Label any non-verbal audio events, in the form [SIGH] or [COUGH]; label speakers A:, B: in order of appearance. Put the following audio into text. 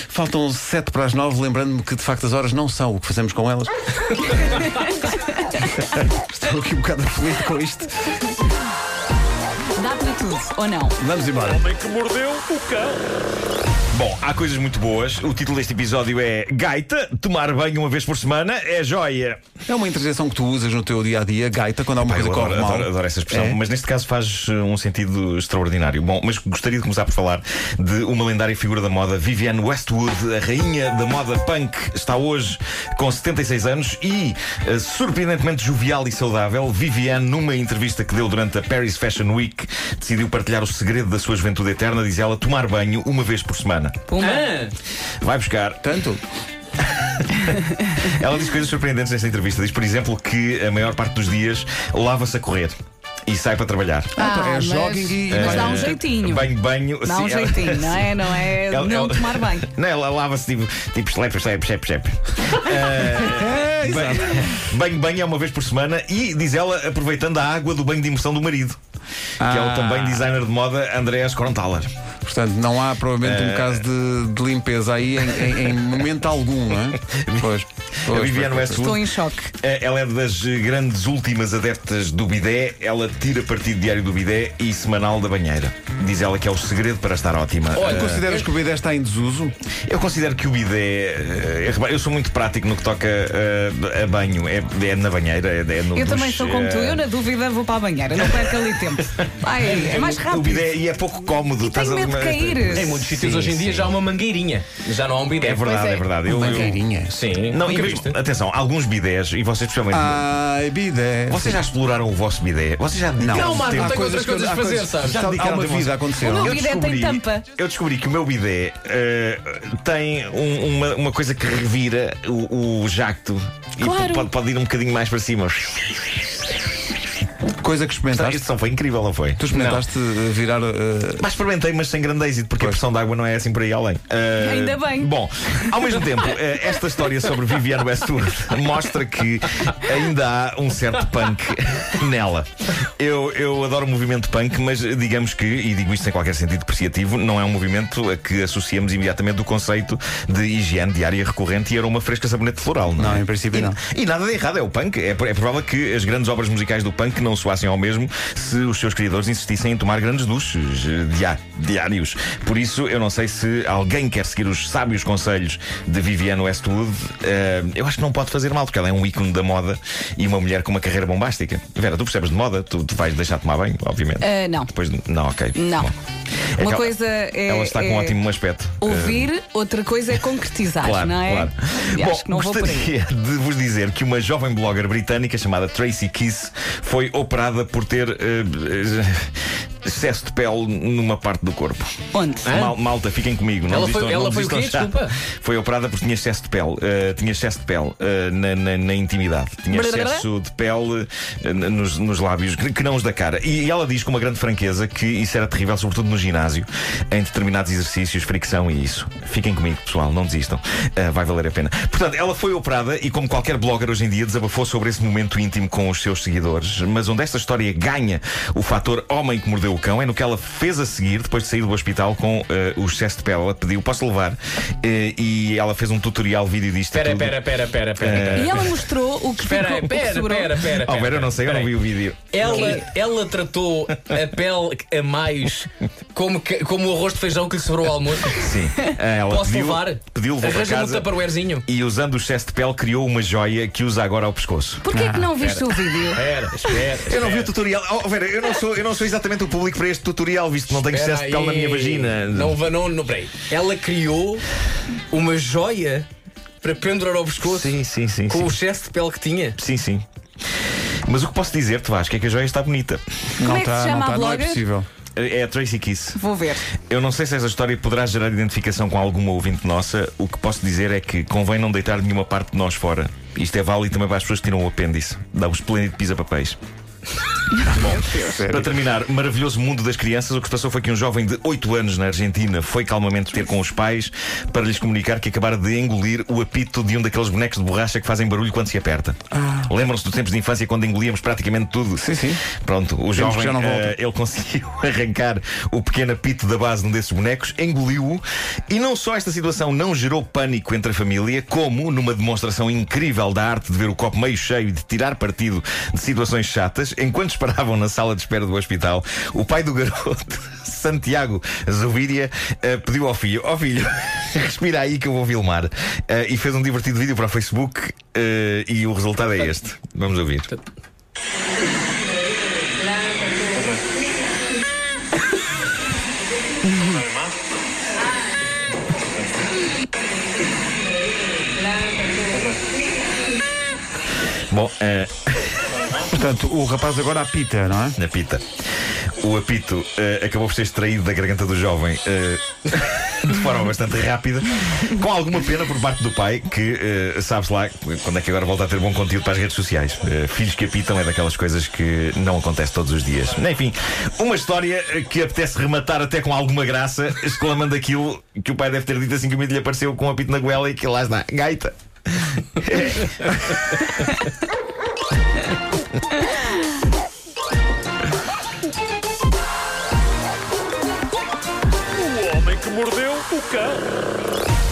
A: Faltam 7 para as 9, lembrando-me que de facto as horas não são o que fazemos com elas. Estou aqui um bocado aflito com isto.
B: Dá para tudo, ou não?
A: Vamos embora.
C: homem que mordeu o cão.
D: Bom, há coisas muito boas. O título deste episódio é Gaita, tomar banho uma vez por semana é joia.
A: É uma interjeição que tu usas no teu dia a dia, gaita, quando há uma
D: Pá, eu
A: coisa que corre
D: adoro,
A: mal.
D: adoro- adoro essa expressão,
A: É?
D: mas neste caso faz eh, um sentido extraordinário. Bom, mas gostaria de começar por falar de uma lendária figura da moda, Vivienne Westwood, a rainha da moda punk, está hoje com 76 anos e, eh, surpreendentemente jovial e saudável, Vivienne, numa entrevista que deu durante a Paris Fashion Week, decidiu partilhar o segredo da sua juventude eterna, diz ela, tomar banho uma vez por semana. Ah, Vai buscar.
A: Tanto?
D: Ela diz coisas surpreendentes nesta entrevista. Diz, por exemplo, que a maior parte dos dias lava-se a correr e sai para trabalhar.
A: Ah, então é
B: mas-
A: jogging e-
B: Mas dá um
D: Eh,
B: jeitinho.
D: Banho, banho.
B: Dá um
D: sim, ela-
B: jeitinho, não é?
D: sim.
B: Não é
D: Ela-
B: não
D: ela-
B: tomar banho.
D: [LAUGHS] Não, ela lava-se tipo, tipo slap, slap,
A: [LAUGHS]
D: slap, slap. Eh,
A: É, exato.
D: Banho, banho é uma vez por semana e, diz ela, aproveitando a água do banho de imersão do marido. Que é
A: Ah.
D: o também designer de moda Andreas Krontaler.
A: Portanto, não há provavelmente um caso de, de limpeza aí em, em- em momento algum, não é? Pois.
D: A
A: Pois,
D: Viviane
A: pois, pois.
D: Westwood
B: Estou em choque.
D: Eh, Ela é das eh, grandes últimas adeptas do bidé. Ela tira partido diário do bidé e semanal da banheira. Diz ela que é o segredo para estar ótima.
A: Tu
D: Eh,
A: consideras que o BD está em desuso?
D: Eu considero que o bidé. eh, é reba- Eu sou muito prático no que toca eh, a banho. É, é na banheira, é, é no
B: Eu também
D: duche,
B: sou como tu,
D: eh,
B: eu na dúvida vou para a banheira, não perco ali tempo. Ai, é mais
D: O
B: rápido.
D: bidé e é pouco cómodo. Estás
B: tenho
D: a-
B: medo de cair.
C: Em muitos sítios hoje em dia já há uma mangueirinha. Já não há um bidé.
D: É verdade,
B: Pois é.
D: é verdade. Eu- eu-
A: Mangueirinha.
C: Sim.
D: Não, e
C: Nunca
D: mesmo-
C: viste?
D: atenção, alguns bidés, e vocês especialmente.
A: Ai, BD.
D: vocês já exploraram o vosso bidé? Vocês já
C: Não, Marco,
D: Tempo-
C: tenho outras coisas a fazer, sabes?
D: Já
A: há
D: dedicaram
A: uma
D: tempo a-
A: vida a acontecer.
B: O meu
D: Eu
B: bidé tem
D: descobri-
B: tampa.
D: Eu descobri que o meu bidé eh, tem um- uma, uma coisa que revira o, o jacto e
B: Claro.
D: p- pode, pode ir um bocadinho mais para cima.
A: Coisa que experimentaste.
D: Isto não foi incrível, não foi?
A: Tu experimentaste eh, virar. eh,
D: Mas experimentei, mas sem grande êxito, porque a pressão de água não é assim por aí além. Ah,
B: Ainda bem.
D: Bom, ao
B: [LAUGHS]
D: mesmo tempo, eh, esta história sobre Viviane Westwood mostra que ainda há um certo punk nela. Eu, eu adoro o movimento punk, mas eh, digamos que, e digo isto sem qualquer sentido depreciativo, não é um movimento a que associamos imediatamente o conceito de higiene diária recorrente e aroma fresca sabonete floral. Não, é?
A: Não, em princípio
D: E-
A: não.
D: e nada de errado, é o punk. É, pro- é provável que as grandes obras musicais do punk não soassem ao mesmo se os seus criadores insistissem em tomar grandes duches eh, dia- diários. Por isso, eu não sei se alguém quer seguir os sábios conselhos de Viviane Westwood. Eh, eu acho que não pode fazer mal, porque ela é um ícone da moda e uma mulher com uma carreira bombástica. Vera, tu percebes de moda? Tu, tu vais deixar de tomar banho, obviamente.
B: Ah, não.
D: Depois, de- não, ok.
B: Não.
D: Bom. É que
B: Uma
D: ela-
B: coisa é.
D: Ela está com
B: é
D: um ótimo aspecto. Eh,
B: Ouvir, outra coisa é concretizar,
D: Claro,
B: não é?
D: claro.
B: E
D: Bom,
B: acho que não vou por aí.
D: gostaria [LAUGHS] de vos dizer que uma jovem blogger britânica chamada Tracy Kiss foi operada por ter eh, eh, excesso de pele numa parte do corpo.
B: Onde?
D: Mal- malta, fiquem comigo. Não
C: Ela
D: desistam-
C: foi- ela
D: não
C: foi o
D: desistam
C: quê?
D: já.
C: Desculpa.
D: Foi operada porque tinha excesso de pele. eh, tinha excesso de pele eh, na, na- na intimidade. Tinha
B: Brrr.
D: excesso de pele eh, nos, nos lábios, que, que não os da cara. E, ela diz com uma grande franqueza que isso era terrível, sobretudo no ginásio, em determinados exercícios, fricção e isso. Fiquem comigo, pessoal, não desistam. Eh, vai valer a pena. Portanto, ela foi operada e, como qualquer blogger hoje em dia, desabafou sobre esse momento íntimo com os seus seguidores. Mas onde esta história ganha o fator homem que mordeu o cão é no que ela fez a seguir, depois de sair do hospital com eh, o excesso de pele. Ela pediu, posso levar? Eh, e ela fez um tutorial vídeo disto.
C: Pera,
D: tudo.
C: pera, pera, pera, pera.
B: E
D: ah.
B: ela mostrou o que
C: Espera,
B: ficou, o
C: pera,
B: que
C: pera,
B: sobrou.
C: pera, pera.
D: Oh, Vera, eu não sei, eu
C: pera
D: não vi
C: aí.
D: o vídeo.
C: Ela, ela tratou a pele a mais como, que- como o arroz de feijão que lhe sobrou ao almoço. [LAUGHS]
D: Sim. Ah, Ela
C: Posso
D: pediu,
C: levar?
D: Pediu, levou para
C: Arranja-me um
D: casa. é
C: tupperwarezinho.
D: E usando o excesso de pele, criou uma joia que usa agora ao pescoço.
B: Porquê é que não viste o vídeo?
C: Espera, espera.
D: Eu não vi o tutorial. Oh, Vera, eu não, sou, eu não sou exatamente o público para este tutorial, visto que não tenho
C: Espera
D: excesso de pele na minha
C: aí.
D: vagina.
C: Não, va- não, não, peraí. Ela criou uma joia para pendurar ao pescoço
D: Sim, sim, sim.
C: com o
D: Sim,
C: excesso de pele que tinha.
D: sim. sim. Mas o que posso dizer-te, Vasco, é que a joia está bonita.
B: Como é que
A: tá,
B: se chama
A: não
B: a
A: tá, não é
B: blogger?
A: possível.
D: É a Tracy Kiss.
B: Vou ver.
D: Eu não sei se essa história poderá gerar identificação com alguma ouvinte nossa. O que posso dizer é que convém não deitar nenhuma parte de nós fora. Isto é válido também para as pessoas que tiram o apêndice. Dá um esplêndido pisa-papéis. Para terminar, maravilhoso mundo das crianças. O que se passou foi que um jovem de 8 anos na Argentina foi calmamente ter com os pais para lhes comunicar que acabara de engolir o apito de um daqueles bonecos de borracha que fazem barulho quando se aperta. Lembram-se dos tempos de infância quando engolíamos praticamente tudo?
A: Ah. Sim, sim.
D: Pronto, o jovem
A: já não voltam.
D: eh, ele conseguiu [LAUGHS] arrancar o pequeno apito da base de um desses bonecos, engoliu-o e não só esta situação não gerou pânico entre a família, como numa demonstração incrível da arte de ver o copo meio cheio e de tirar partido de situações chatas, enquanto esperavam na sala de espera do hospital, o pai do garoto, [LAUGHS] Santiago Zuvíria, eh, pediu ao filho: Ó filho, [LAUGHS] respira aí que eu vou filmar. Eh, e fez um divertido vídeo para o Facebook eh, e o resultado é este. Vamos ouvir. Bom, eh,
A: Portanto, o rapaz agora apita, não é?
D: na pita. O apito eh, acabou por ser extraído da garganta do jovem eh, [LAUGHS] de forma bastante rápida, com alguma pena por parte do pai, que eh, sabe-se lá quando é que agora volta a ter bom conteúdo para as redes sociais. Eh, filhos que apitam é daquelas coisas que não acontece todos os dias. Enfim, uma história eh, que apetece rematar até com alguma graça, [LAUGHS] exclamando aquilo que o pai deve ter dito assim que o miúdo lhe apareceu com o apito na goela e que lá está, gaita.
E: O homem que mordeu o cão.